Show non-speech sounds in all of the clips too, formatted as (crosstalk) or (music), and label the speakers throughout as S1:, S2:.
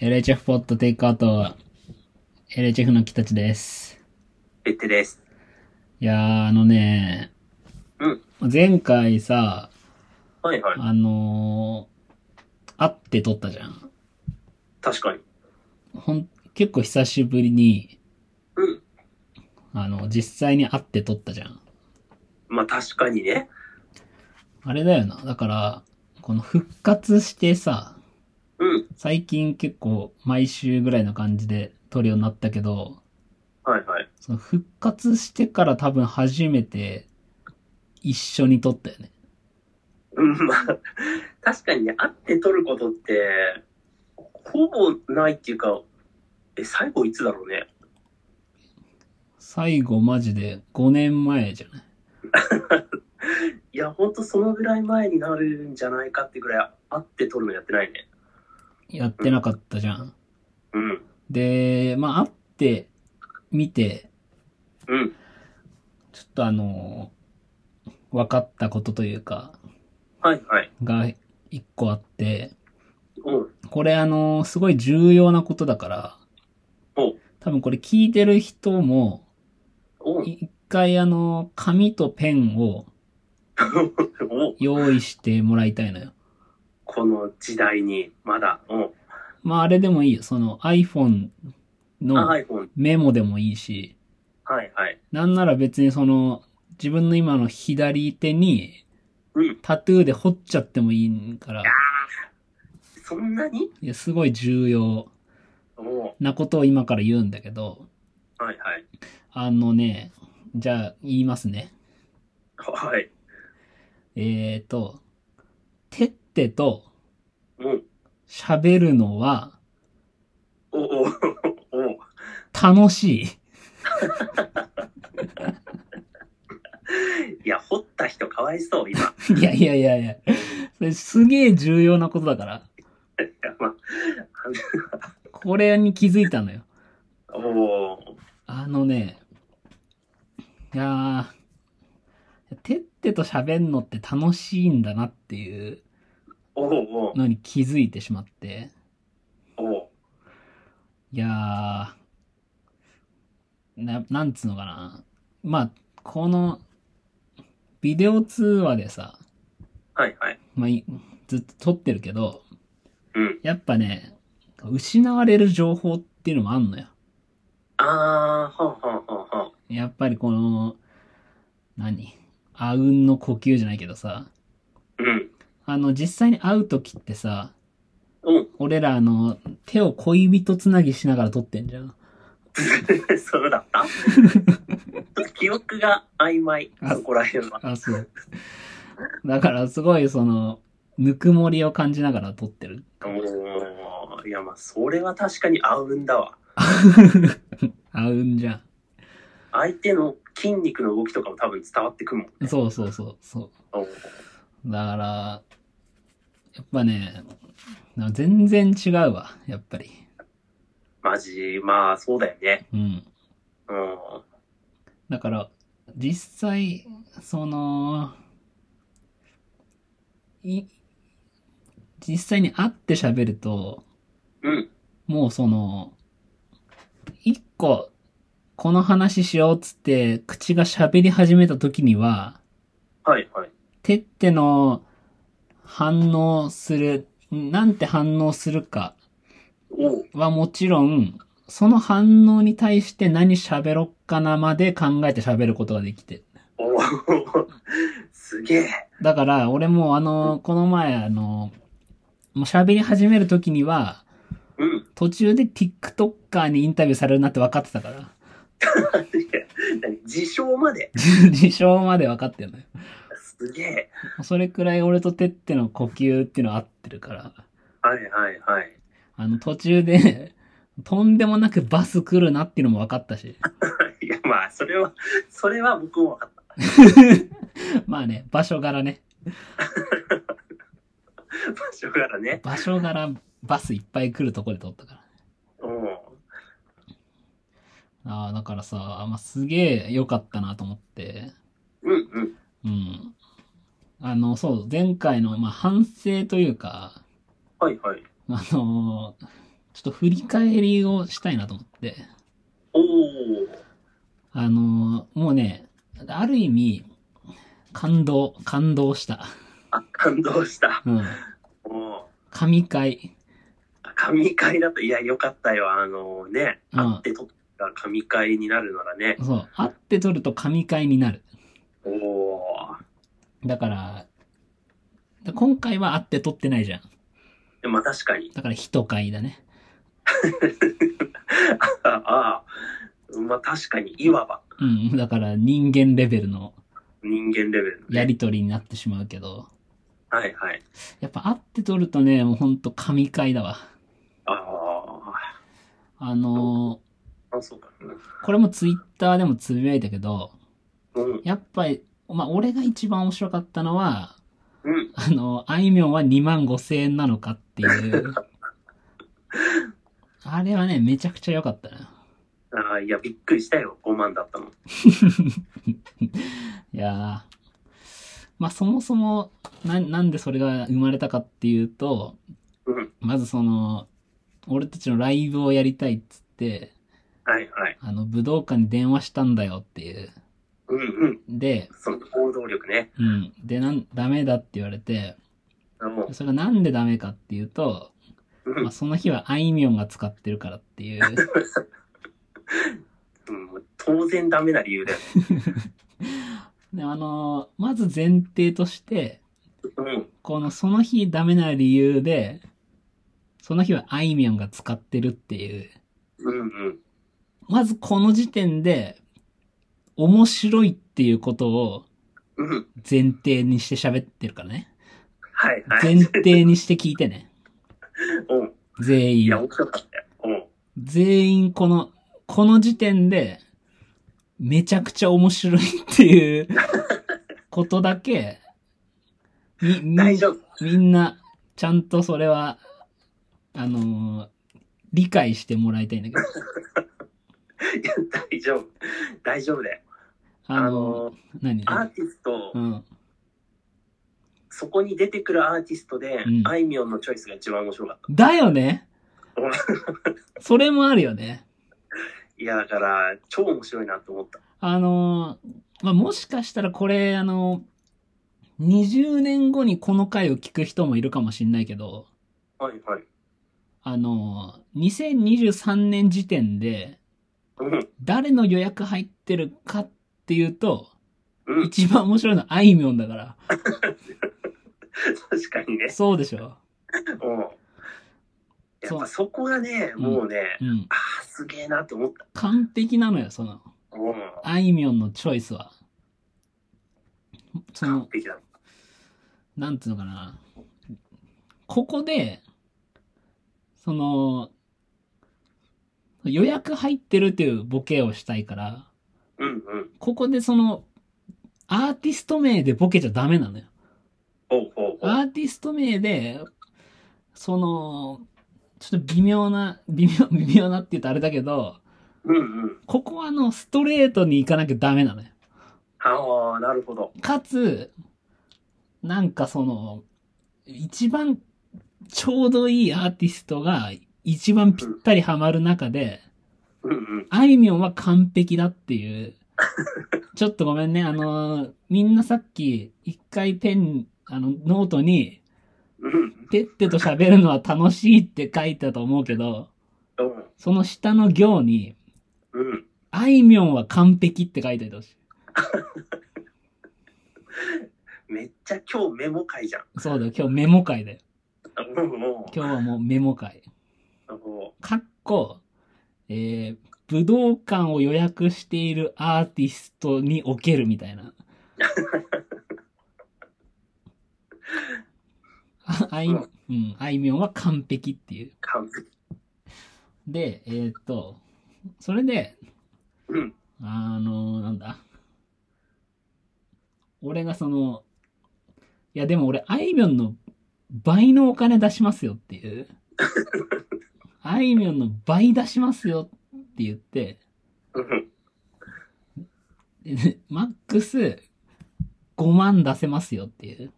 S1: LHF ポッドテイクアウトは、LHF の木たちです。
S2: ペッテです。
S1: いやー、あのね、
S2: うん。
S1: 前回さ、
S2: はいはい。
S1: あのー、会って撮ったじゃん。
S2: 確かに。
S1: ほん、結構久しぶりに、
S2: うん。
S1: あの、実際に会って撮ったじゃん。
S2: まあ確かにね。
S1: あれだよな。だから、この復活してさ、
S2: うん。
S1: 最近結構毎週ぐらいの感じで撮るようになったけど、
S2: はいはい。
S1: その復活してから多分初めて一緒に撮ったよね。
S2: うん、まあ、 (laughs) 確かにね、会って撮ることって、ほぼないっていうか、え、最後いつだろうね。
S1: 最後マジで5年前じゃない
S2: いや、ほんとそのぐらい前になるんじゃないかってぐらい、会って撮るのやってないね。
S1: やってなかったじゃん。
S2: うん。
S1: で、まあ、会ってみて、
S2: うん。
S1: ちょっとあの分かったことというか、
S2: はいはい。
S1: が一個あって、
S2: うん。
S1: これあのすごい重要なことだから、
S2: おう
S1: 多分これ聞いてる人も、
S2: おう
S1: 一回あの紙とペンを
S2: (laughs) おう
S1: 用意してもらいたいのよ。
S2: この時代に、まだ。うん。
S1: まあ、あれでもいいよ。その iPhone
S2: あ、
S1: の
S2: iPhone。
S1: メモでもいいし、
S2: はいはい。
S1: なんなら別にその、自分の今の左手に
S2: うん。
S1: タトゥーで彫っちゃってもいいから、
S2: そんなに
S1: いやすごい重要
S2: おう
S1: なことを今から言うんだけど、
S2: はいはい。
S1: あのね、じゃあ言いますね。
S2: はい。
S1: えーと、てってと
S2: うん。
S1: 喋るのは
S2: おうおうおう
S1: 楽しい。 (laughs)
S2: いや、掘った人かわいそう、今。
S1: いや
S2: い
S1: いやいやいや、それすげえ重要なことだ
S2: (laughs)
S1: から、
S2: やま (laughs)
S1: これに気づいたのよ。
S2: あ、 (laughs) おお、
S1: あのね、いやー、てってと喋んのって楽しいんだなっていう
S2: おお、
S1: のに気づいてしまって、
S2: おお、
S1: いやー、な、なんつうのかな。まあ、この、ビデオ通話でさ、
S2: はいはい。
S1: まあ、いずっと撮ってるけど、
S2: うん。
S1: やっぱね、失われる情報っていうのもあんのよ。
S2: あー、はあ、はあ、はあ、は
S1: やっぱりこの、何あうんの呼吸じゃないけどさ、
S2: あ。うん。
S1: あの、実際に会う時ってさ、
S2: うん。
S1: 俺らあの、手を恋人つなぎしながら撮ってんじゃん。
S2: (laughs) そうだったちょっと記憶が曖昧、
S1: あ
S2: そこら辺は。
S1: あ、そう。だからすごいその、ぬくもりを感じながら撮ってる。
S2: おお、いや、まあ、それは確かに合うんだわ。
S1: (laughs) あうんじゃ
S2: 相手の筋肉の動きとかも多分伝わってくもんね。
S1: ん。そうそうそう、そ
S2: おー
S1: う。だから、やっぱね、全然違うわ、やっぱり。
S2: マジ、まあ、そうだよね。
S1: うん。
S2: うん。
S1: だから、実際、その、い、実際に会って喋ると、
S2: うん。
S1: もうその、一個、この話しようっつって、口が喋り始めた時には、
S2: はいはい。
S1: てっての反応する、なんて反応するか
S2: おお、
S1: はもちろん、その反応に対して何喋ろっかなまで考えて喋ることができて。
S2: おお、すげえ。
S1: だから、俺もあの、この前あの、もう喋り始める時には、
S2: うん。
S1: 途中で TikToker にインタビューされるなって分かってたから。 (laughs)
S2: いや何自称まで
S1: 事象まで分かってるのよ。
S2: すげえ。
S1: それくらい俺とてっての呼吸っていうのは合ってるから、
S2: はいはいはい。
S1: あの途中で、 (laughs) とんでもなくバス来るなっていうのも分かったし、 (laughs)
S2: いやまあ、それは、それは僕も分かった。
S1: まあね、場所柄ね、
S2: 場所からね。
S1: 場所柄バスいっぱい来るとこで撮ったから。
S2: うん。
S1: ああ、だからさ、まあ、すげえ良かったなと思って、
S2: うんうん。
S1: うん。あの、そう、前回の、まあ、反省というか、
S2: はいはい。
S1: あのーちょっと振り返りをしたいなと思って。
S2: おお。
S1: あのーもうね、ある意味、感動、感動した。
S2: あ、感動した。
S1: うん。
S2: おー
S1: 神回。
S2: 神会だと、いや、よかったよ。あのね、
S1: うん
S2: 会って撮った神会になるならね。
S1: そう。会って撮ると神回になる。
S2: おお。
S1: だから、だ今回は会って撮ってないじゃん。
S2: でまあ確かに。
S1: だから人回だね。
S2: ああ、まあ確かに、いわば
S1: うん。だから人間レベルの
S2: 人間レベルの、ね。
S1: やりとりになってしまうけど、
S2: はいはい。
S1: やっぱ会って撮るとね、もうほんと神回だわ。
S2: ああ
S1: あの
S2: あ、そうか。うん
S1: ーこれもツイッターでもつぶやいたけど、
S2: うん。
S1: やっぱり、まあ、俺が一番面白かったのは、
S2: うん。
S1: あの、あいみょんは2万5千円なのかって
S2: (laughs)
S1: いう。あれはね、めちゃくちゃ良かったな。
S2: ああ、いや、びっくりしたよ。5万だったの。
S1: いやーまあそもそもな、なんでそれが生まれたかっていうと、
S2: うん。
S1: まずその、俺たちのライブをやりたいっつって、
S2: はいはい。
S1: あの、武道館に電話したんだよっていう。
S2: うんうん。
S1: で、
S2: その行動力ね。
S1: うん。で、なん、ダメだって言われて、
S2: うん。
S1: それがなんでダメかっていうと、
S2: う
S1: まあ、
S2: ん
S1: その日はあいみょんが使ってるからっていう。
S2: (laughs) うん。当然ダメな理由だよ。
S1: で、あのーまず前提として、
S2: うん。
S1: このその日ダメな理由で、その日はあいみょんが使ってるっていう。
S2: うんうん。
S1: まずこの時点で、面白いっていうことを
S2: うん。
S1: 前提にして喋ってるからね。
S2: はいはい。
S1: 前提にして聞いてね。
S2: (laughs) うん。
S1: 全
S2: いや、
S1: 員
S2: 面。白かったよ。うん。
S1: 全員この、この時点で、めちゃくちゃ面白いっていうことだけ、み、み
S2: 大丈夫。
S1: みんな、ちゃんとそれは、あのー理解してもらいたいんだけど。
S2: いや大丈夫。大丈夫だよ。
S1: あ
S2: あ
S1: の
S2: の、
S1: 何
S2: アーティスト
S1: う、ん。
S2: そこに出てくるアーティストで
S1: うん、
S2: あいみょんのチョイスが一番面白かっ
S1: だよね
S2: た。
S1: それもあるよね。
S2: いや、だから、超面白いなと思った。
S1: あのーまあ、もしかしたらこれ、あの20年後にこの回を聞く人もいるかもしんないけど、
S2: はいはい。
S1: あのー2023年時点で、
S2: うん。
S1: 誰の予約入ってるかっていうと、
S2: うん。
S1: 一番面白いのはあいみょんだから。
S2: 確かにね。
S1: そうでしょ。
S2: うん。やっぱそこがね、
S1: うん
S2: もうね、
S1: うん。
S2: ああ、すげえなと思った。
S1: 完璧なのよ、その、
S2: うん。
S1: あいみょんのチョイスは。そ
S2: 完
S1: の、
S2: 璧だ。
S1: なんていうのかな。ここで、その、予約入ってるっていうボケをしたいから、
S2: うんうん。
S1: ここでその、アーティスト名でボケちゃダメなのよ。
S2: ほうほうほう。
S1: アーティスト名で、その、ちょっと微妙な、微妙、 (laughs) 微妙なって言うとあれだけど、
S2: うんうん。
S1: ここはあの、ストレートに行かなきゃダメなのよ。
S2: ああ、なるほど。
S1: かつ、なんかその、一番ちょうどいいアーティストが一番ぴったりハマる中で、
S2: うんうん。
S1: あいみょんは完璧だっていう。ちょっとごめんね、あのーみんなさっき一回ペン、あの、ノートに、
S2: うん。
S1: ペッテと喋るのは楽しいって書いたと思うけど、
S2: うん。
S1: その下の行に、
S2: うん。
S1: あいみょんは完璧って書いておいてほし
S2: めっちゃ今日メモ会じゃん。
S1: い。そうだよ、今日メモ会だよ。
S2: うんうん。
S1: 今日はもうメモ会。
S2: お
S1: かっこ、えー、武道館を予約しているアーティストにおけるみたいな。ああい、
S2: う
S1: うんん、あいみょんは完璧っていう。
S2: 完璧。
S1: で、えーっと、それで、
S2: うん。
S1: あのなんだ。俺がその、いやでも俺、あいみょんの倍のお金出しますよっていう。あいみょんの倍出しますよって言って、
S2: うん。
S1: でマックス5万出せますよっていう。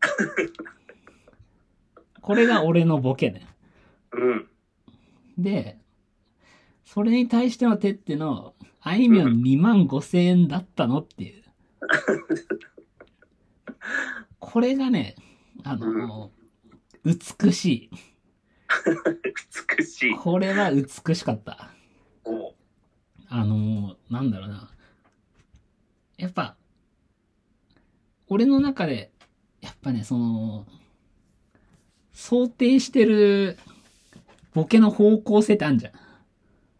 S1: これが俺のボケね。
S2: うん。
S1: で、それに対しての手っての、あいみょん2万5千円だったのっていう。これがね、あの、美し
S2: 美し
S1: い。
S2: い。
S1: これは美しかった。
S2: おう
S1: あの、なんだろうな。やっぱ、俺の中で、やっぱね、その、想定してるボケの方向性ってあるじゃん。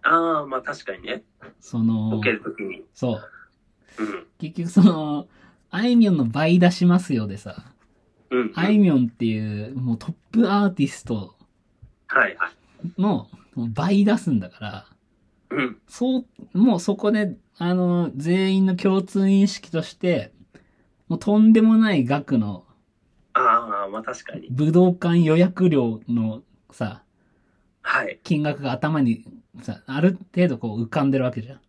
S2: ああ、まあ確かにね。
S1: その、
S2: ボケるときに。
S1: そう。
S2: うん。
S1: 結局その、あいみょんの倍出しますよでさ、
S2: うん。
S1: あいみょんっていうもうトップアーティスト
S2: はいはい。
S1: のもう倍出すんだから、
S2: うん。
S1: そう、もうそこで、あの、全員の共通認識として、もうとんでもない額の
S2: ああ、まあ確かに。
S1: 武道館予約料のさ、
S2: はい。
S1: 金額が頭にさ、ある程度こう浮かんでるわけじゃん。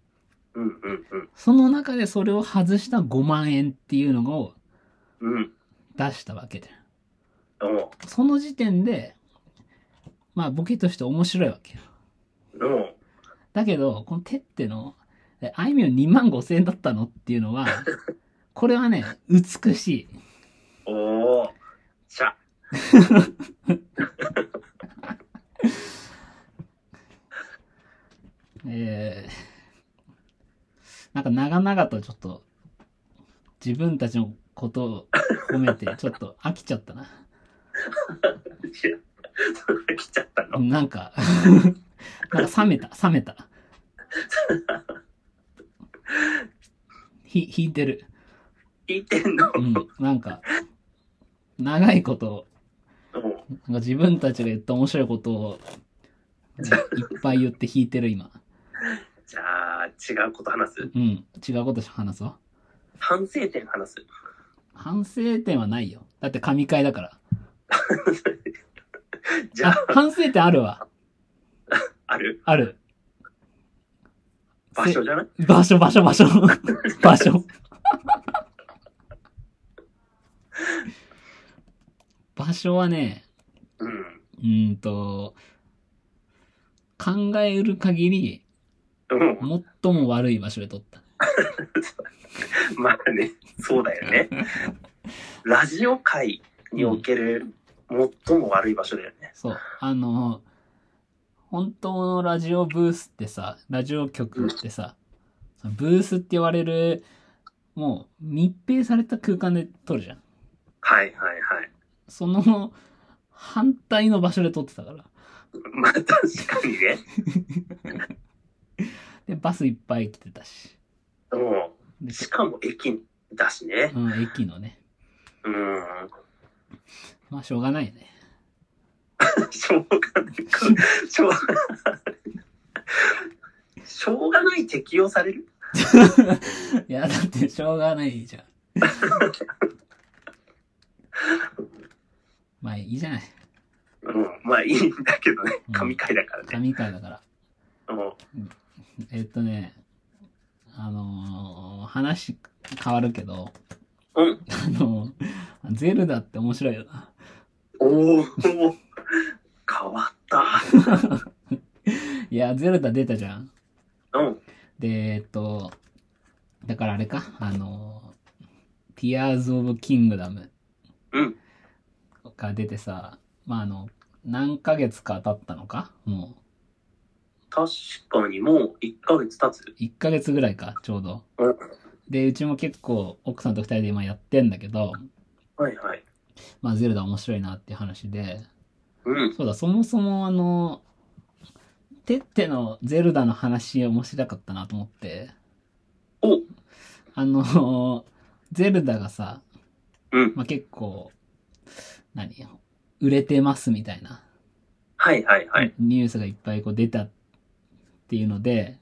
S2: うんうんうん。
S1: その中でそれを外した5万円っていうのを
S2: うん。
S1: 出したわけじゃん。
S2: お
S1: その時点で、まあボケとして面白いわけよ。
S2: うおう
S1: だけど、この手っての、えあいみょん2万5千円だったのっていうのは、 (laughs) これはね、美しい。
S2: おおじ (laughs) ゃ。
S1: えー、なんか長々とちょっと、自分たちのことを褒めて、ちょっと飽きちゃったな。
S2: いや、それ来ちゃったの。
S1: なんか、 (laughs) なんか冷めた、冷めた。ひ、引いてる。
S2: 聞いてんの。
S1: うん、なんか、長いこと、
S2: おう
S1: なんか自分たちが言った面白いことを、ねいっぱい言って弾いてる今。
S2: じゃあ、違うこと話す。
S1: うん、違うこと話すわ。
S2: 反省点話す。
S1: 反省点はないよ。だって神会だから。
S2: (laughs) じゃあ、
S1: あ、反省点あるわ。
S2: ある
S1: ある。
S2: 場所じゃない
S1: せ場所、場所、場所。 (laughs) 場
S2: (laughs)
S1: 所。場所はね、
S2: うん。
S1: うーんと、考える限り、
S2: うん。
S1: 最も悪い場所で撮った。
S2: まあね、そうだよ (laughs) ね。ラジオ界における最も悪い場所だよね。
S1: そう。あの、本当のラジオブースってさ、ラジオ局ってさ、そのブースって言われる、もう密閉された空間で撮るじゃん。
S2: はいはいはい。
S1: その反対の場所で撮ってたから。
S2: まあ確かにね。
S1: で、バスいっぱい来てたし。
S2: もう
S1: で
S2: ん、しかも駅だしね。
S1: うん、駅のね。
S2: うん。
S1: まあ、しょうがないね。
S2: しょうがない。しょうがない。しょうがない適用される
S1: いや、だってしょうがない
S2: (laughs)
S1: じゃん。まあ、いいじゃない。
S2: うん。まあいいんだけどね。神回だからね。
S1: 神回だから。
S2: うん。
S1: えっとね、あのー話変わるけど、
S2: うん。
S1: あのーゼルダって面白いよな。
S2: おー。変わった。
S1: いや、ゼルダ出たじゃん。
S2: うん。
S1: で、えっと、だからあれか、あのー、Tears of Kingdom
S2: うん。
S1: が出てさ、まあ、あの、何ヶ月か経ったのかも
S2: 確かにもう1ヶ月経つ。
S1: う、1ヶ月ぐらいか、ちょうど
S2: うん。
S1: で、うちも結構奥さんと二人で今やってんだけど、
S2: はいはい。
S1: まあ、ゼルダ面白いなっていう話で、
S2: うん。
S1: そうだ、そもそもあの、てってのゼルダの話面白かったなと思って、
S2: お
S1: あの、ゼルダがさ、
S2: うん。
S1: まあ、結構、何売れてますみたいな、
S2: はいはいはい。
S1: ニュースがいっぱいこう出たっていうので、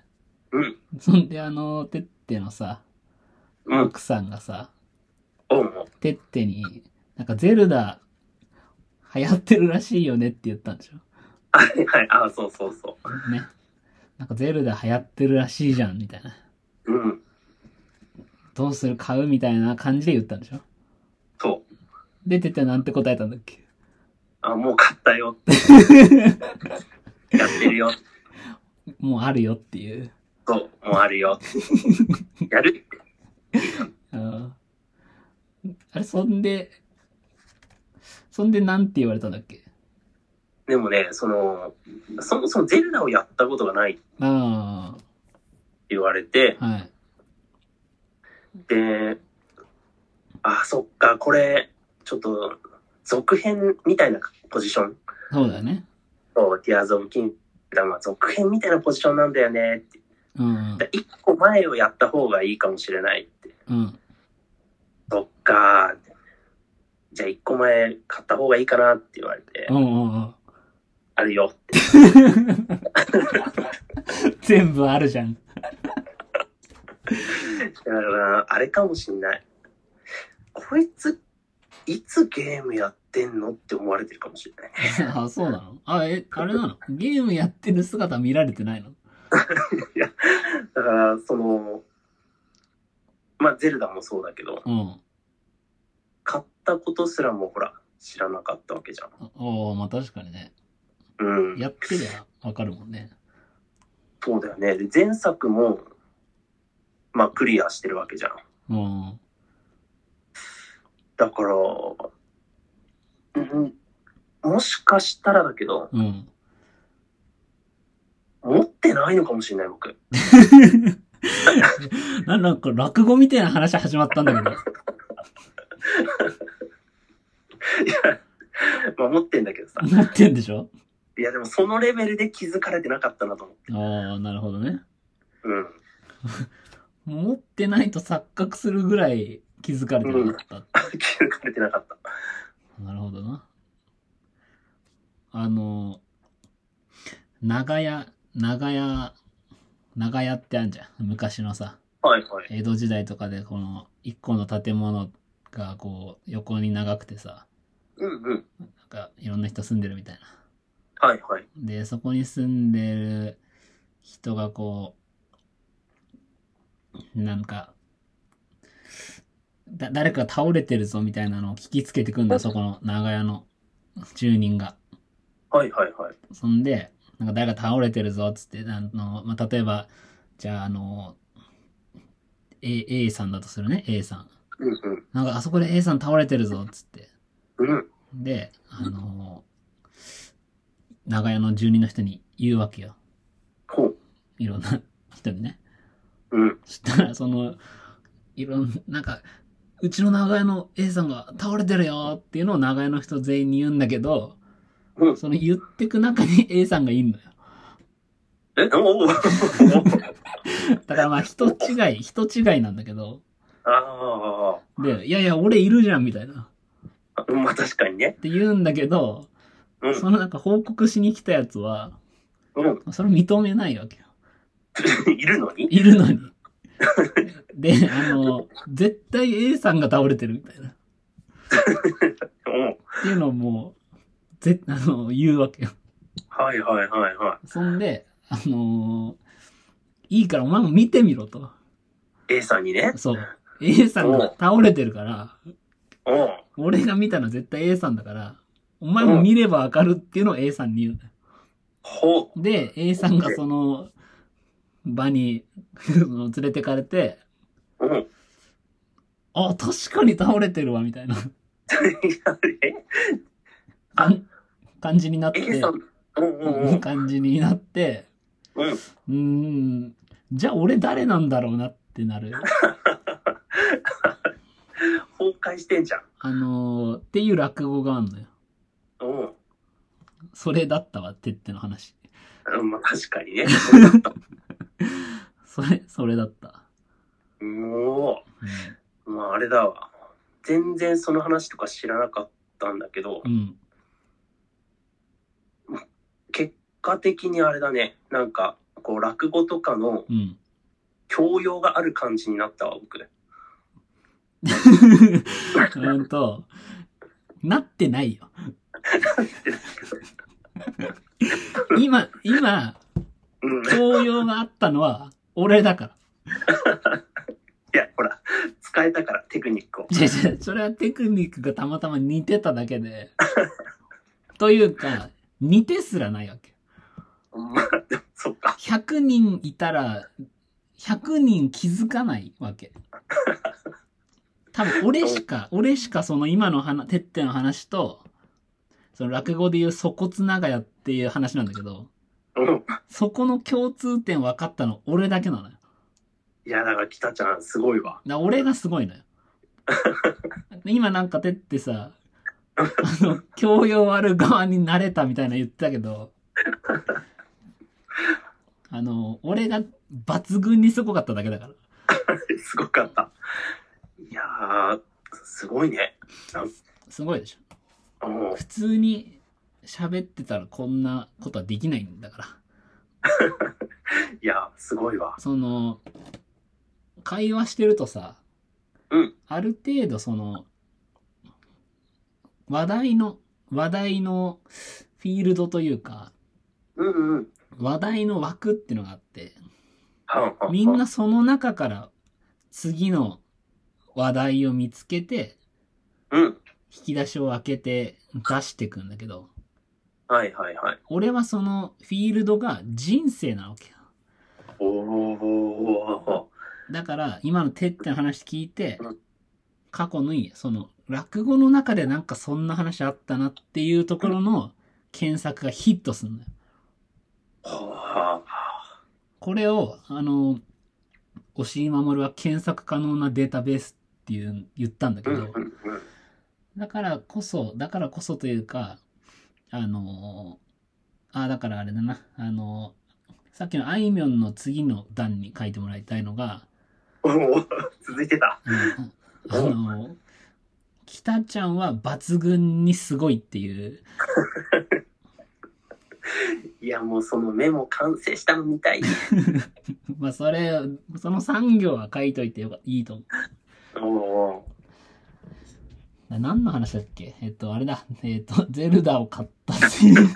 S2: うん。
S1: そんであの、てってのさ、
S2: うん。
S1: 奥さんがさ、
S2: お
S1: てってに、なんかゼルダ流行ってるらしいよねって言ったんでしょ
S2: はいはい。あ、そうそうそ
S1: ね。なんかゼルダ流行ってるらしいじゃん、みたいな。
S2: う。うん。
S1: どうする買うみたいな感じで言ったんでしょ
S2: そう。
S1: で、ててなんて答えたんだっけ
S2: (laughs) あ、もう買ったよって。やってるよ。
S1: もうあるよっていう。
S2: そう、もうあるよ。やるって。
S1: あーあれ、そんで、そんでなんて言われたんだっけ
S2: でもね、その、そもそもゼルダをやったことがないって
S1: あ
S2: 言われて、
S1: あ、はい。
S2: で、あ、そっか、これ、ちょっと、続編みたいなポジション。
S1: そうだね。
S2: そう、ティアーズ・オブ・キングダムは続編みたいなポジションなんだよねって。
S1: うん。
S2: だ一個前をやった方がいいかもしれないって。
S1: うん。
S2: そっかーって。じゃあ一個前買った方がいいかなって言われて
S1: う、んうんうん。
S2: あるよって。
S1: 全部あるじゃん。 (laughs)
S2: だから、あれかもしんない。こいつ、いつゲームやってんのって思われてるかもしれないね。
S1: あ、そうなのあ、え、あれなのゲームやってる姿見られてないの
S2: だから、その、まあ、ゼルダもそうだけど、
S1: うん。
S2: 買ったことすらもほら、知らなかったわけじゃん。
S1: おおまあ確かにね。
S2: うん。
S1: やってりゃわかるもんね。
S2: そうだよね。で、前作も、まあ、クリアしてるわけじゃ
S1: う
S2: ん。
S1: ん。
S2: だから、うん、もしかしたらだけど、
S1: うん。
S2: 持ってないのかもしれない、僕。
S1: ななんか落語みたいな話始まったんだけど。 (laughs)
S2: まあ、持ってんだけどさ。
S1: 持ってんでしょ
S2: いや、でもそのレベルで気づかれてなかったなと思って。
S1: ああ、なるほどね。
S2: うん。 (laughs)
S1: 持ってないと錯覚するぐらい気づかれてなかった。
S2: 気づかれてなかった。
S1: なるほどな。あの、長屋、長屋、長屋ってあるじゃん。昔のさ、
S2: はいはい。
S1: 江戸時代とかでこの一個の建物がこう横に長くてさ、
S2: うんうん。
S1: なんかいろんな人住んでるみたいな。
S2: はいはい。
S1: で、そこに住んでる人がこう、なんか、だ、誰か倒れてるぞみたいなのを聞きつけてくんだよ、そこの長屋の住人が。
S2: はいはいはい。
S1: そんで、なんか誰か倒れてるぞっつって、あの、まあ、例えば、じゃああの、A、A さんだとするね、A さん。
S2: うんうん。
S1: なんかあそこで A さん倒れてるぞっつって。
S2: うん。
S1: で、あの、長屋の住人の人に言うわけよ。
S2: ほう。
S1: いろんな人にね。
S2: うん。
S1: そしたら、その、いろんなんか、うちの長屋の A さんが倒れてるよっていうのを長屋の人全員に言うんだけど、
S2: うん。
S1: その言ってく中に A さんがいんのよ。
S2: えおお
S1: だからまあ人違い、人違いなんだけど、
S2: (laughs) あ
S1: で、いやいや、俺いるじゃんみたいな。
S2: あ。まあ確かにね
S1: っ。て言うんだけど、
S2: うん。
S1: そのなんか報告しに来たやつは、
S2: うん。
S1: それ認めないわけよ。
S2: いるのに
S1: いる
S2: (laughs)
S1: のに。で、あの、絶対 A さんが倒れてるみたいな。
S2: うん。
S1: っていうのをもう、ぜ、 (laughs) あの、言うわけよ。
S2: はいはいはいは
S1: そんで、あのーいいからお前も見てみろと。
S2: い。A さんにね。
S1: そう。A さんが倒れてるから、
S2: うん。
S1: 俺が見たのは絶対 A さんだから、お前も見ればわかるっていうのを A さんに言うんだよ。
S2: ほう。
S1: で、A さんがその、場にその連れてかれて、
S2: うん。 (laughs)
S1: あ、確かに倒れてるわ、みたいな
S2: え
S1: 感感じになって、
S2: A さん。うんうんうん。
S1: 感じになって、
S2: うん。
S1: うーん、じゃあ俺誰なんだろうなってなる。
S2: 崩壊してんじゃん。
S1: あのーっていう落語があんのよ。
S2: うん。
S1: それだったわ、てっての話。
S2: うん、まあ確かに
S1: (laughs)
S2: ね。
S1: それ、それだった。
S2: も
S1: う
S2: う、まああれだわ。全然その話とか知らなかったんだけど、
S1: ん。うん、
S2: 結果的にあれだね。なんか、こう落語とかの
S1: うん。
S2: 教養がある感じになったわ、僕。
S1: うんと、なってないよ。今、今、
S2: うん。い
S1: 教養があったのは、俺だから。
S2: や、ほら、使えたから、テクニックを。
S1: 違う違う、 (laughs) それはテクニックがたまたま似てただけで。というか、似てすらないわけ。
S2: まあ、でもそっか。
S1: 100人いたら、100人気づかないわけ。多分、俺しか、俺しかその今の話、てっての話と、その落語で言う粗骨長屋っていう話なんだけど、
S2: うん。
S1: そこの共通点分かったの俺だけなのよ。だか
S2: いや、だから、北ちゃん、すごいわ。 (laughs)
S1: ら俺がすごいのよ。今なんかてってさ、あの、教養ある側になれたみたいな言ってたけど、あの、俺が抜群にすごかっただけだから。
S2: すごかった。いやー、すごいね。
S1: すごいでしょ。
S2: うん
S1: 普通に喋ってたらこんなことはできないんだから。
S2: いやー、すごいわ。
S1: その、会話してるとさ、
S2: うん
S1: ある程度その、話題の、話題のフィールドというか、
S2: うんうん。
S1: 話題の枠っていうのがあって、
S2: はんは
S1: みん
S2: は
S1: なその中から次の話題を見つけて、
S2: うん。
S1: 引き出しを開けて出していくんだけど、
S2: はいはいはい。
S1: 俺はそのフィールドが人生なわけよ。
S2: おー。
S1: だから、今のてっての話聞いて
S2: うん、
S1: 過去に、その、落語の中でなんかそんな話あったなっていうところの検索がヒットするのよ。
S2: は
S1: これを、あの、押井守は検索可能なデータベースっていう、言ったんだ
S2: ー。
S1: け
S2: うん
S1: ど、
S2: うんうん。
S1: だからこそ、だからこそというか、あのー、あ、だからあれだな、あのー、さっきのあいみょんの次の段に書いてもらいたいのが、
S2: おー (laughs) 続いてた。
S1: うんあの、北ちゃんは抜群にすごいっていう。
S2: いや、もうそのメモ完成したの
S1: (laughs)
S2: みたい。
S1: まあ、それ、その産業は書いといてよかいいと思
S2: おー。
S1: う。何の話だっけえっと、あれだ。えっと、ゼルダを買ったって (laughs) いう。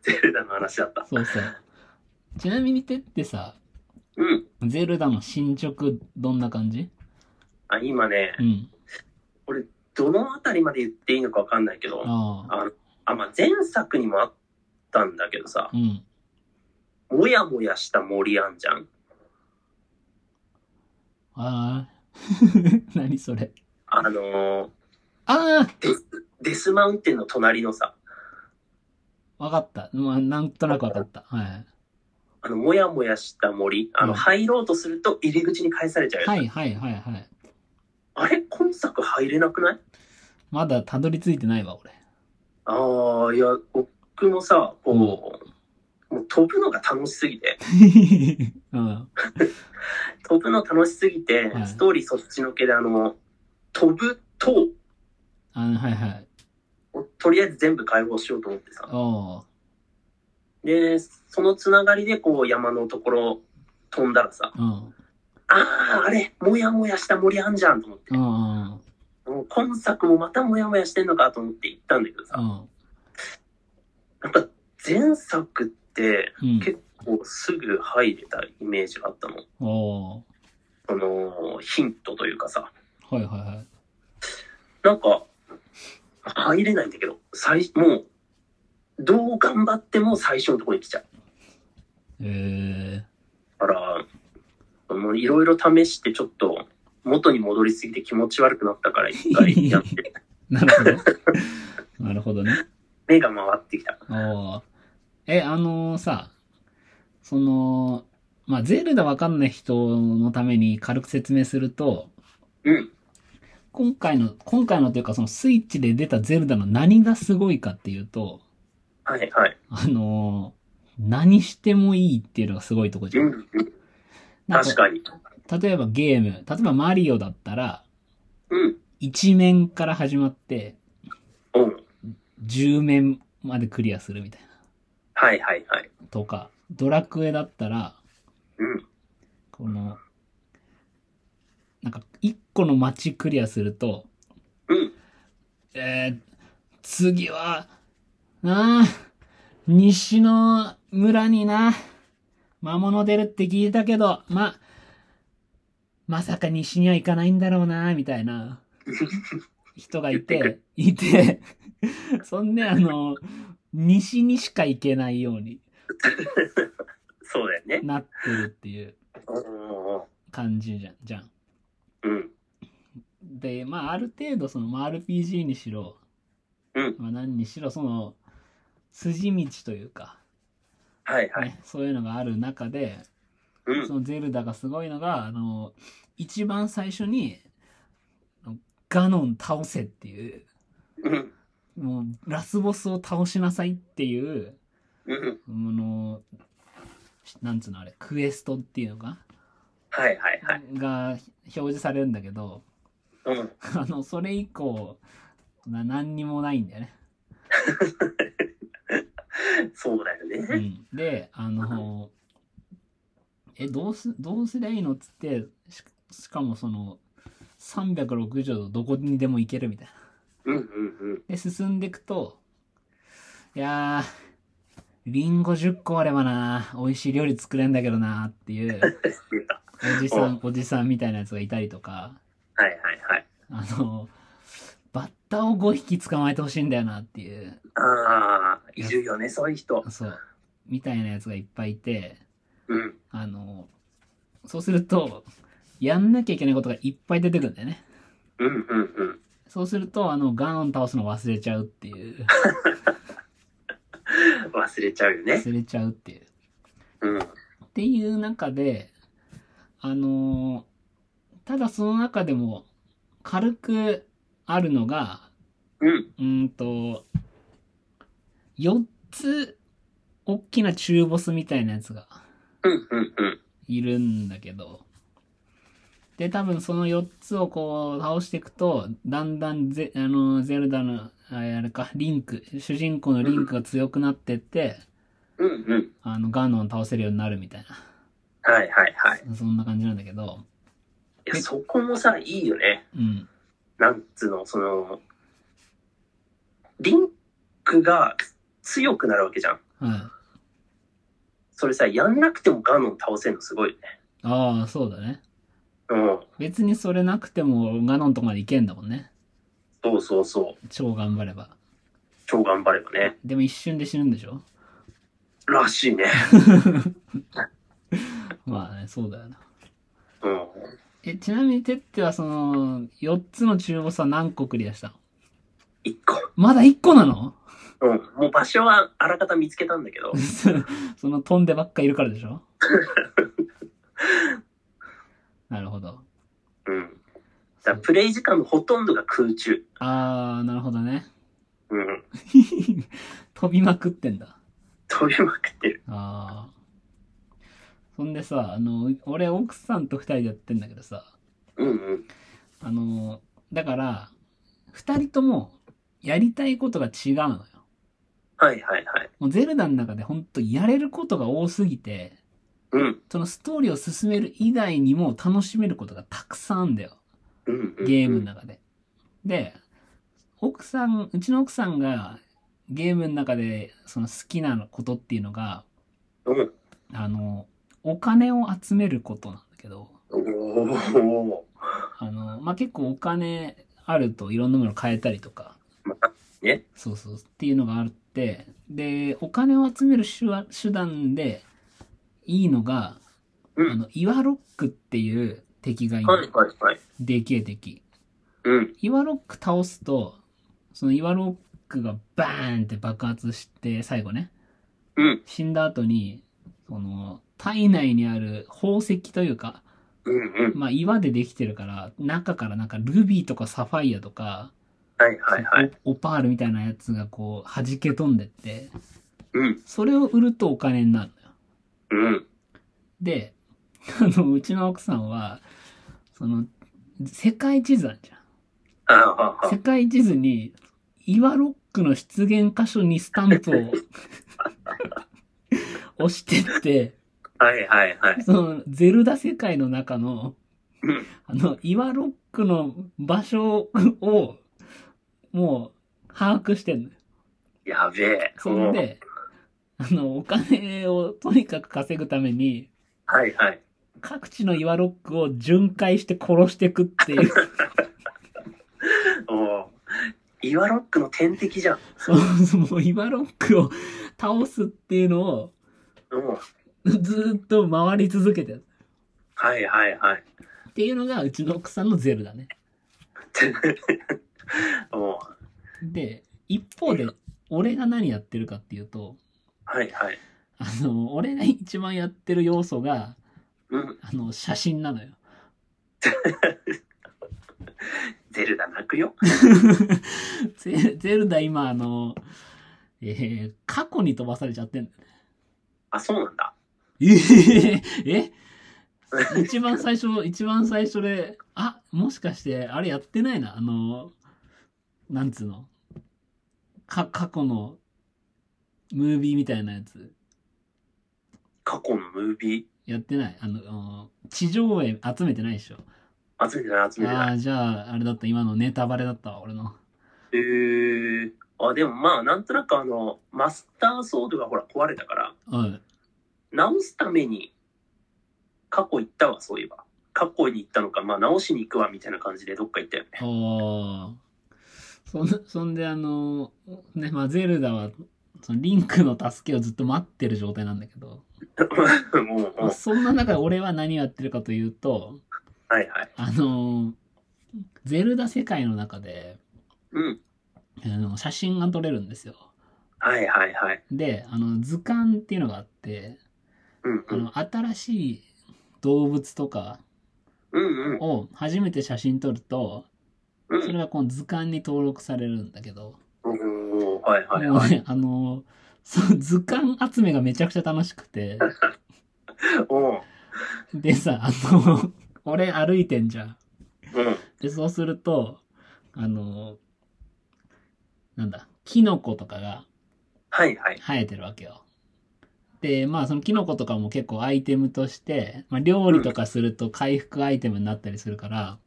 S2: ゼルダの話だった。
S1: そうそう。ちなみにてってさ、
S2: うん。
S1: ゼルダの進捗どんな感じ
S2: あ、今ね
S1: う、ん。
S2: どのあたりまで言っていいのかわかんないけど、
S1: ああ。
S2: あの、あ、まあ、前作にもあったんだけどさ、
S1: うん。
S2: もやもやした森あんじゃん。
S1: ああ。 (laughs) 何それ。
S2: あのー
S1: あ
S2: デスマウンテンの隣のさ、
S1: あわかった。まあ、なんとなくわかった。はい。
S2: あの、もやもやした森、あの、
S1: うん
S2: 入ろうとすると入り口に返されちゃうやつ。
S1: はいはいはいはい。
S2: あれ今作入れなくない
S1: まだたどり着いてないわ、俺。 (laughs)
S2: ああ、いや、僕もさ、こう、
S1: うん
S2: もう飛ぶのが楽しすぎて、
S1: うん。
S2: 飛ぶの楽しすぎて、
S1: はい
S2: ストーリーそっちのけで、あの、飛ぶと、
S1: あの、はいはい。
S2: とりあえず全部解放しようと思ってさ。
S1: おう
S2: で、そのつながりで、こう、山のところ飛んだらさ、
S1: うん。
S2: ああ、あれ、もやもやした森あんじゃんと思って
S1: う、ん。うん。
S2: もう今作もまたもやもやしてんのかと思って行ったんだけど
S1: う
S2: さ、
S1: ん。
S2: なんか前作って、
S1: うん。
S2: 結こう、すぐ入れたイメージがあったの。
S1: おう
S2: その、ヒントというかさ、
S1: はいはいはい。
S2: なんか、入れないんだけど、最、もう、どう頑張っても最初のところに来ちゃう。
S1: え
S2: だから、あのいろいろ試してちょっと、元に戻りすぎて気持ち悪くなったから一回や (laughs) って、
S1: ー。なるほど。 (laughs) なるほどね。
S2: 目が回ってきた。
S1: おうえ、あのさ、その、まあ、ゼルダわかんない人のために軽く説明すると、
S2: うん。
S1: 今回の、今回のというかそのスイッチで出たゼルダの何がすごいかっていうと、
S2: はいはい。
S1: あの何してもいいっていうのがすごいとこじゃ。
S2: うんん。
S1: なん
S2: 確かに。
S1: 例えばゲーム、例えばマリオだったら、
S2: うん。
S1: 1面から始まって、
S2: うん。
S1: 10面までクリアするみたい
S2: はいはいはい。
S1: な。とか、ドラクエだったら、
S2: うん。
S1: この、なんか、1個の街クリアすると、
S2: うん。
S1: えー、次は、なあ、西の村にな、魔物出るって聞いたけど、ま、まさか西には行かないんだろうな、みたいな、人がいて、いて、そんであの、西にしか行けないように
S2: そうだよね。
S1: なってるっていう
S2: う
S1: 感じじゃん。じゃん
S2: ん。
S1: で、まあ、ある程度、その、まあ、RPG にしろ、
S2: うん
S1: まあ、何にしろ、その、筋道というか、
S2: はいはい。
S1: ね、そういうのがある中で、
S2: うん。
S1: そのゼルダがすごいのが、あの、一番最初に、あのガノン倒せっていう、
S2: うん。
S1: もう、ラスボスを倒しなさいっていう、
S2: うん。
S1: あの、なんつうのあれ、クエストっていうのか、
S2: はいはいはい。
S1: が表示されるんだけど、
S2: うん。
S1: あの、それ以降、な何にもないんだよね。
S2: そうだよ
S1: う
S2: ね。
S1: ん、で、あの、え、どうす、どうすりゃいいのっつって、ししかもその、360度どこにでも行けるみたいな。
S2: うんうん
S1: で、進んでいくと、いやー、リンゴ10個あればな、美味しい料理作れんだけどな、っていう、 (laughs)
S2: うん。
S1: おじさん、おじさんみたいなやつがいたりとか、
S2: はいはいはい。
S1: あの、バッタを5匹捕まえてほしいんだよな、っていう。
S2: ああ、いるよね、そういう人。
S1: そう。みたいなやつがいっぱいいて、
S2: うん。
S1: あの、そうすると、やんなきゃいけないことがいっぱい出てくるんだよね。
S2: うんうんうん。
S1: そうすると、あの、ガーン倒すの忘れちゃうっていう。
S2: 忘れちゃうよね。
S1: 忘れちゃうっていう。
S2: うん。
S1: っていう中で、あのただその中でも、軽くあるのが、
S2: うん。
S1: うーんと、4つ、大きな中ボスみたいなやつが
S2: うんうんうん。
S1: いるんだけど。で、多分その4つをこう倒していくと、だんだんゼ、あの、ゼルダの、ああれか、リンク、主人公のリンクが強くなってって、
S2: うんうん。
S1: あの、ガノンを倒せるようになるみたい
S2: はいはいはい。
S1: な、そんな感じなんだけど、
S2: いや、そこもさ、いいよね。
S1: うん、
S2: なんつうの、その、リンクが強くなるわけじゃん。
S1: はい。
S2: それさ、やんなくてもガノン倒せるのすごいよね。
S1: ああ、そうだね。
S2: うん。
S1: 別にそれなくてもガノンとかまでいけんだもんね。
S2: そうそうそう。
S1: 超頑張れば。
S2: 超頑張ればね。
S1: でも一瞬で死ぬんでしょ
S2: らしいね。
S1: まあね、そうだよな。
S2: うん。
S1: え、ちなみにテッテはその、4つの中ボスは何個クリアしたの
S2: 一個。
S1: まだ1個なの
S2: うん。もう場所はあらかた見つけたんだけど。
S1: (laughs) その飛んでばっかいるからでしょなるほど。
S2: うん。だからプレイ時間のほとんどが空中。
S1: あー、なるほどね。 (laughs)
S2: うん。
S1: 飛びまくってんだ。
S2: 飛びまくってる。
S1: あー。そんでさ、あの、俺奥さんと二人でやってんだけどさ、
S2: うんうん。
S1: あの、だから、二人ともやりたいことが違うのよ。
S2: はいはいはい。
S1: もうゼルダの中でほんとやれることが多すぎて、
S2: うん。
S1: そのストーリーを進める以外にも楽しめることがたくさんあんだよ。
S2: うんうん、うん。
S1: ゲームの中で。で、奥さん、うちの奥さんがゲームの中でその好きなことっていうのが、
S2: うん。
S1: あの、お金を集めることなんだけど、
S2: おお。
S1: あの、まあ、結構お金あるといろんなもの買えたりとか、
S2: まあ、ね。
S1: そうそうっていうのがあって、で、お金を集める手話手段でいいのが、
S2: うん
S1: あの、イワロックっていう敵がいる。
S2: はいはいはい。
S1: でけえ敵。
S2: うん。
S1: イワロック倒すと、そのイワロックがバーンって爆発して、最後ね、
S2: うん。
S1: 死んだ後に、その、体内にある宝石というか、
S2: うんうん。
S1: まあ岩でできてるから、中からなんかルビーとかサファイアとか、
S2: はいはいはい。
S1: オオパールみたいなやつがこう、弾け飛んでって、
S2: うん。
S1: それを売るとお金になるのよ。
S2: うん。
S1: で、あの、うちの奥さんは、その、世界地図あんじゃん。
S2: ああ、はあ
S1: 世界地図に、岩ロックの出現箇所にスタンプを押してって、
S2: あ、はいはいはい。
S1: そのゼルダ世界の中の
S2: うん、
S1: あの、岩ロックの場所を、もう、把握してんのよ。
S2: やべえ。
S1: そんで、あの、お金をとにかく稼ぐために、
S2: おー。はいはい。
S1: 各地の岩ロックを巡回して殺してくっていう。
S2: おお。イワロックの天敵じゃん。
S1: そう、もう岩ロックを倒すっていうのを
S2: うん。
S1: ずーっと回り続けてる。
S2: はいはいはい。
S1: っていうのがうちの奥さんのゼルだね。
S2: (laughs) もう、
S1: で、一方で、俺が何やってるかっていうと、
S2: はいはい。
S1: あの、俺が一番やってる要素が、
S2: うん。
S1: あの、写真なのよ。 (laughs)
S2: ゼルダ泣くよ。
S1: ゼゼルダ今、あの、えー過去に飛ばされちゃってんの
S2: あ、そうなんだ。
S1: えええ一番最初、一番最初で、あ、もしかして、あれやってないな、あの、なんつうの。か、過去の、ムービーみたいなやつ、
S2: 過去のムービ
S1: やってない。あのあの、地上絵集めてないでしょ。
S2: ー、集めてない集めて
S1: あ
S2: な
S1: あ、
S2: い。
S1: じゃあ、あれだった、今のネタバレだったわ、俺の。
S2: へえー。あ、でもまあ、なんとなくあの、マスターソードがほら壊れたから、
S1: うん。
S2: 直すために、過去行ったわ、そういえば。過去に行ったのか、まあ直しに行くわ、みたいな感じでどっか行ったよね。
S1: おーそんそんであのねまあゼルダはそのリンクの助けをずっと待ってる状態なんだけど、
S2: (laughs) もう、も
S1: まあ、
S2: う、
S1: そんな中で俺は何をやってるかというと
S2: はいはい。
S1: あのゼルダ世界の中で
S2: うん。
S1: あの写真が撮れるんですよ
S2: はいはいはい。
S1: であの図鑑っていうのがあって
S2: うん
S1: あ
S2: うん。
S1: の新しい動物とか
S2: うん
S1: を初めて写真撮ると
S2: うん。
S1: それがこの図鑑に登録されるんだけど
S2: うん。おーはいはい
S1: も
S2: は
S1: う
S2: い。
S1: ねあのそう図鑑集めがめちゃくちゃ楽しく
S2: (laughs)
S1: て
S2: おー
S1: でさあの俺歩いてんじゃん
S2: うん。
S1: でそうするとあのなんだキノコとかが
S2: はいはい。
S1: 生えてるわけよでまあそのキノコとかも結構アイテムとして、まあ、料理とかすると回復アイテムになったりするから、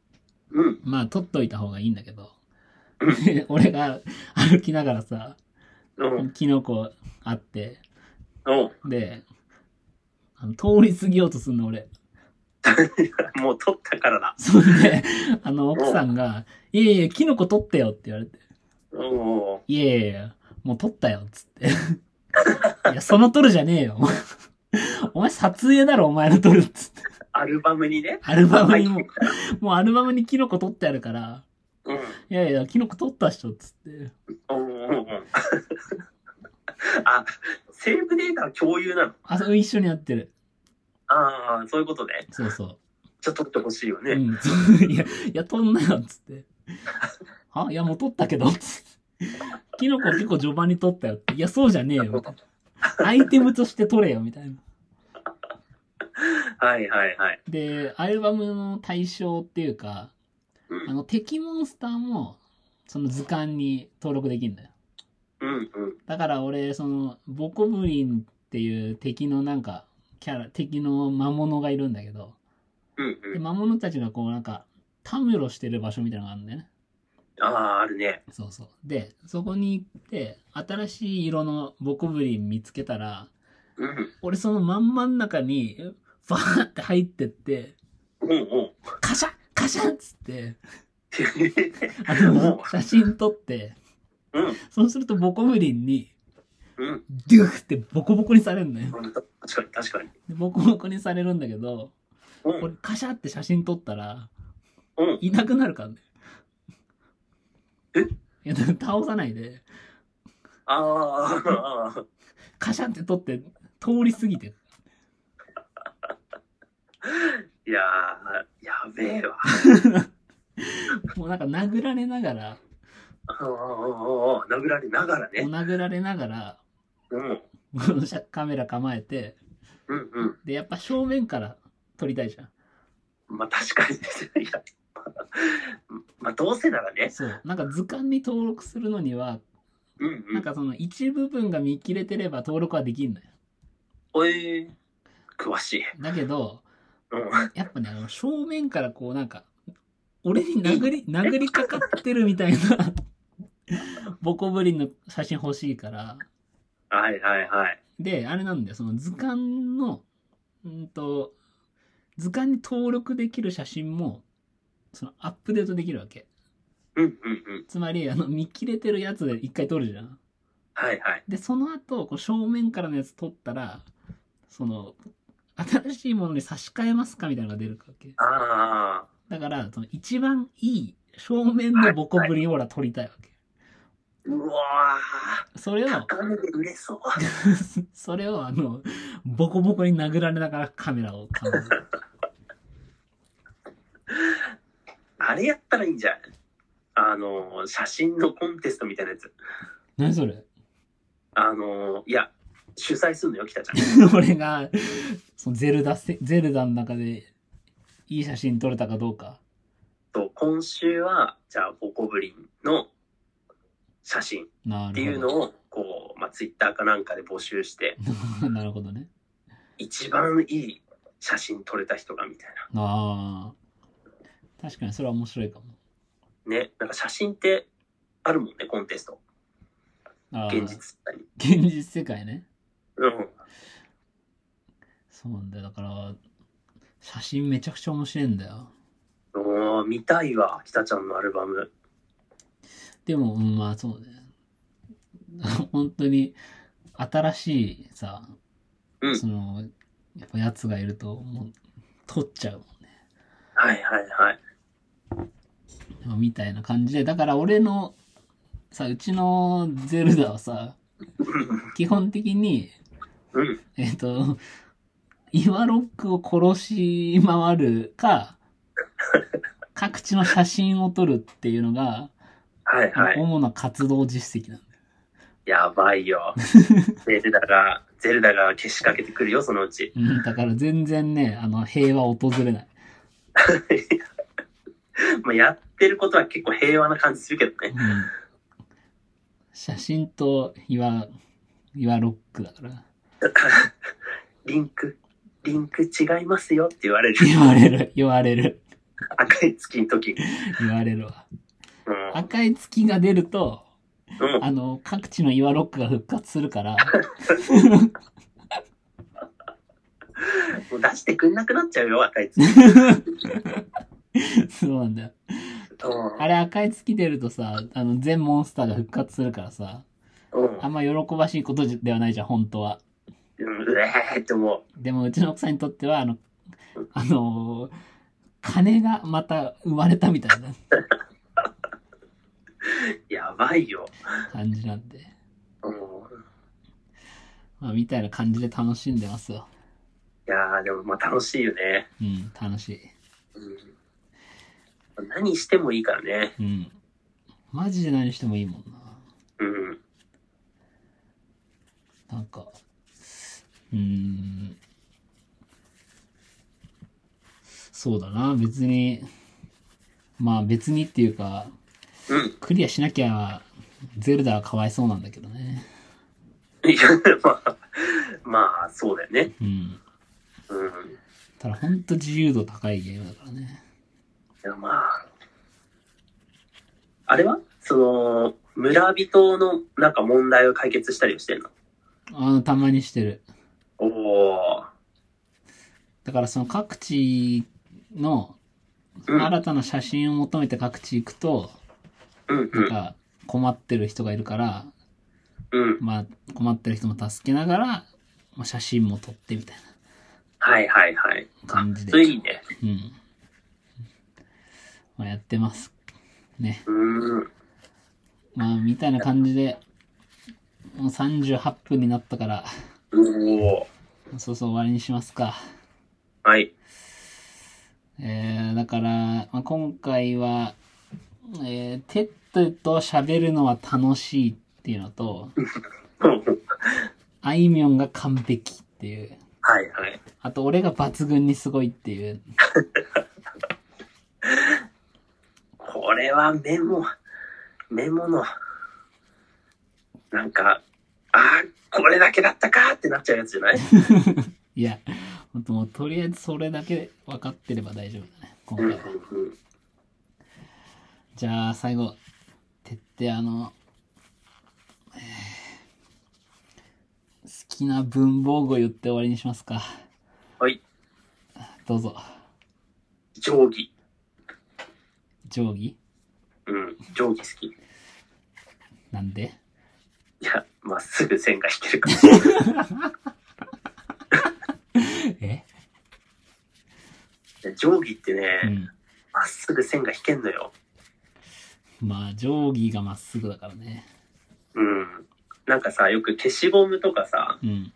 S2: うん。
S1: まあ取っといた方がいいんだけど (laughs)
S2: う
S1: 俺が歩きながらさ
S2: うん。
S1: キノコあって
S2: おー
S1: で、あの通り過ぎようとすんの、俺。 (laughs)
S2: もう取ったからだ。
S1: そんで、あの、奥さんが、いやいや、キノコ取ってよって言われて、
S2: おー
S1: いやいやいや、もう取ったよ、っつって。 (laughs) いや、その取るじゃねえよ。 (laughs) お前撮影だろ、お前の取るっつって。
S2: アルバムにね。
S1: アルバムにもう
S2: はい、
S1: もうアルバムにキノコ取ってあるから、
S2: うん。
S1: いやいや、キノコ取ったっしょ、っつって。
S2: おーおーおー (laughs) あ、セーブデータの共有なの
S1: あ、それ一緒にやってる。
S2: ああ、そういうことね。
S1: そうそう。
S2: じゃあ取ってほしいよね。
S1: うん、
S2: (laughs)
S1: そういや、いや、取んなよ、っつって。あ、いや、もう取ったけど、つって。キノコ結構序盤に取ったよって。いや、そうじゃねえよ、みたいな。アイテムとして取れよ、みたいな。
S2: はいはいはい。
S1: で、アルバムの対象っていうか、
S2: う
S1: あ
S2: ん
S1: の、敵モンスターも、その図鑑に登録できるんだよ。
S2: うんうん。
S1: だから俺、その、ボコブリンっていう敵のなんか、キャラ、敵の魔物がいるんだけど、
S2: うんう
S1: で
S2: ん。
S1: 魔物たちがこうなんか、たむろしてる場所みたいなのがあるんだよね。
S2: ああ、あるね。
S1: そうそう。で、そこに行って、新しい色のボコブリン見つけたら、
S2: うん。
S1: 俺そのまん真ん中に、バーって入ってって、
S2: おうおう。
S1: カシャカシャっつって、あ
S2: お
S1: の
S2: う、
S1: 写真撮って、
S2: うん
S1: そうするとボコブリンに、
S2: (laughs) うん。
S1: ドゥフってボコボコにされるんだよ。
S2: 確かに確かに。
S1: でボコボコにされるんだけど、
S2: うん
S1: 俺カシャって写真撮ったら、
S2: うん。
S1: いなくなるからね。
S2: え
S1: いや、だから倒さないで、
S2: あああ
S1: カシャって撮って、通り過ぎて
S2: ー。いやー、やべえわ。
S1: もうなんか殴られながら、
S2: おうおうおう殴られながら
S1: もう
S2: ね。
S1: 殴られながら、 (laughs)
S2: うん。
S1: このシャカメラ構えて、
S2: うんうん。
S1: で、やっぱ正面から撮りたいじゃん。
S2: まあ確かにですね。いやまあどうせならね。
S1: そう。なんか図鑑に登録するのには、
S2: うんう
S1: なん
S2: ん。
S1: かその一部分が見切れてれば登録はできんのよ。
S2: おえー詳しい。
S1: だけど、
S2: うん。
S1: やっぱね、あの正面からこうなんか、俺に殴り、殴りかかってるみたいな、ボコブリンの写真欲しいから。
S2: はいはいはい。
S1: で、あれなんだよ、その図鑑の、うんと、図鑑に登録できる写真も、そのアップデートできるわけ。
S2: うんうんうん。
S1: つまり、あの、見切れてるやつで一回撮るじゃん。
S2: はいはい。
S1: で、その後、こう正面からのやつ撮ったら、その、新しいものに差し替えますかみたいなのが出るわけ。
S2: ああ。
S1: だから、その一番いい正面のボコぶりを俺は撮りたいわけ。
S2: うわ
S1: それ
S2: ー (laughs)
S1: を、
S2: 高値で売れそう。
S1: それをあの、ボコボコに殴られながらカメラを買う。
S2: (laughs) あれやったらいいんじゃん。あの、写真のコンテストみたいなやつ。
S1: 何それ
S2: あの、いや、主催するのよ、北ちゃん。
S1: 俺が、そのゼルダせ、ゼルダの中で、いい写真撮れたかどうか。
S2: と、今週は、じゃあ、ボコブリンの写真っ
S1: なるほど。
S2: ていうのを、こう、まあ、ツイッターかなんかで募集して、
S1: (laughs) なるほどね。
S2: 一番いい写真撮れた人が、みたいな。
S1: ああ。確かにそれは面白いかも。
S2: ね、なんか写真ってあるもんね、コンテスト。
S1: あー
S2: 現実世界に。
S1: 現実世界ね。
S2: うん。
S1: そうなんだよ。だから、写真めちゃくちゃ面白いんだよ。
S2: おー見たいわ、北ちゃんのアルバム。
S1: でも、うんまあそうだよ。 (laughs) 本当に、新しいさ、
S2: うん
S1: その、やっぱやつがいると、もう、撮っちゃうもんね。
S2: はいはいはい。
S1: みたいな感じで、だから俺の、さ、うちのゼルダは
S2: (laughs)
S1: さ、基本的に、
S2: うん。
S1: えっ、と、岩ロックを殺し回る
S2: (laughs)
S1: か、各地の写真を撮るっていうのが、
S2: はいはい。
S1: 主な活動実績なんだよ。
S2: やば
S1: (laughs)
S2: いよ。ゼルダが、ゼルダがけしかけてくるよ、そのうち。 (laughs)
S1: うん、だから全然ね、あの、平和訪れない。
S2: まあ、やってることは結構平和な感じするけど
S1: う
S2: ね。
S1: ん、写真と岩、岩ロックだから。
S2: リンク、リンク違いますよって言われる。
S1: 言われる、言われる、
S2: 赤い月の時。
S1: 言われるわ。
S2: うん。
S1: 赤い月が出ると、
S2: うん。
S1: あの、各地の岩ロックが復活する
S2: (laughs)
S1: から、
S2: もう出してくんなくなっちゃうよ、
S1: (laughs)
S2: 赤い月。
S1: そうなんだよ。
S2: うん
S1: あれ赤い月出るとさ、あの、全モンスターが復活するからさ、
S2: うん
S1: あんま喜ばしいことではないじゃん、本当は。
S2: うん。うえーって思
S1: でも、うちの奥さんにとっては、あの、あのー金がまた生まれたみたいな
S2: う。やばいよ。
S1: 感じなんで、
S2: うん。
S1: まあ、みたいな感じで楽しんでますよ。
S2: いやー、でもまあ楽しいよね。
S1: うん、楽しい。
S2: うん。何してもいいからね。
S1: うん。マジで何してもいいもん
S2: うん。
S1: な。なんか、うーん。そうだな、別に、まあ別にっていうか、
S2: うん。 (laughs)
S1: クリアしなきゃ、ゼルダはかわいそうなんだけどね。
S2: いや、まあ、まあ、そうだよね。
S1: うん。
S2: うん。い
S1: ただほんと自由度高いゲームだからね。
S2: や、まあ。あれはその、村人のなんか問題を解決したりはしてんの
S1: あの、たまにしてる。
S2: おおー。
S1: だからその各地の
S2: うん
S1: 新たな写真を求めて各地行くと、
S2: うんう
S1: なん
S2: ん。
S1: か困ってる人がいるから、
S2: うん。
S1: まあ困ってる人も助けながら、まあ、写真も撮ってみたい
S2: はいはいはい。
S1: な
S2: あ
S1: 感じ、で。
S2: それいいね。
S1: うん。まあやってます。ね。
S2: うん。
S1: まあみたいな感じで、もう38分になったから、
S2: おお。
S1: そうそう終わりにしますか。
S2: はい。 (laughs)
S1: えー、だから、まあ、今回は、えー、テッドと喋るのは楽しいっていうのと、
S2: うんうん
S1: あいみょんが完璧っていう、
S2: はいはい。
S1: あと俺が抜群にすごいっていう、
S2: これはメモ、メモの、なんか、ああ、これだけだったかってなっちゃうやつじゃない
S1: いや、ほんともうとりあえずそれだけ分かってれば大丈夫だね、今
S2: うんう
S1: 回
S2: ん
S1: は。
S2: うん。
S1: じゃあ最後、てってあの、えー好きな文房具を言って終わりにしますか。
S2: はい。
S1: どうぞ、
S2: 定規。
S1: 定規
S2: うん。定規好き。い
S1: なんで
S2: や、まっすぐ線が引けるから。
S1: え
S2: 定規って
S1: う
S2: ね、
S1: ん。
S2: まっすぐ線が引けんのよ。
S1: まあ、定規がまっすぐだからね。
S2: うん。なんかさ、よく消しゴムとかさ、
S1: うん。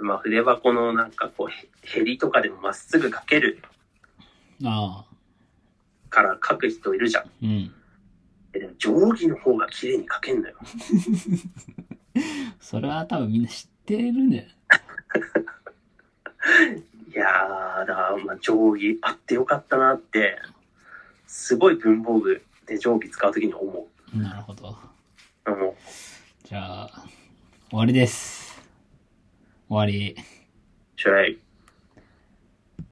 S2: まあ筆箱のなんかこう、へへりとかでもまっすぐ書ける
S1: ああ。
S2: から書く人いるじゃん。
S1: うん。
S2: えでも定規の方が綺麗に書けんのよ。
S1: それは多分みんな知ってるんだよ。
S2: いやー、だから、まあ、定規あってよかったなって、すごい文房具で定規使うときに思
S1: なるほど。
S2: う。もう、
S1: じゃあ、終わりです。終わり。
S2: しょい。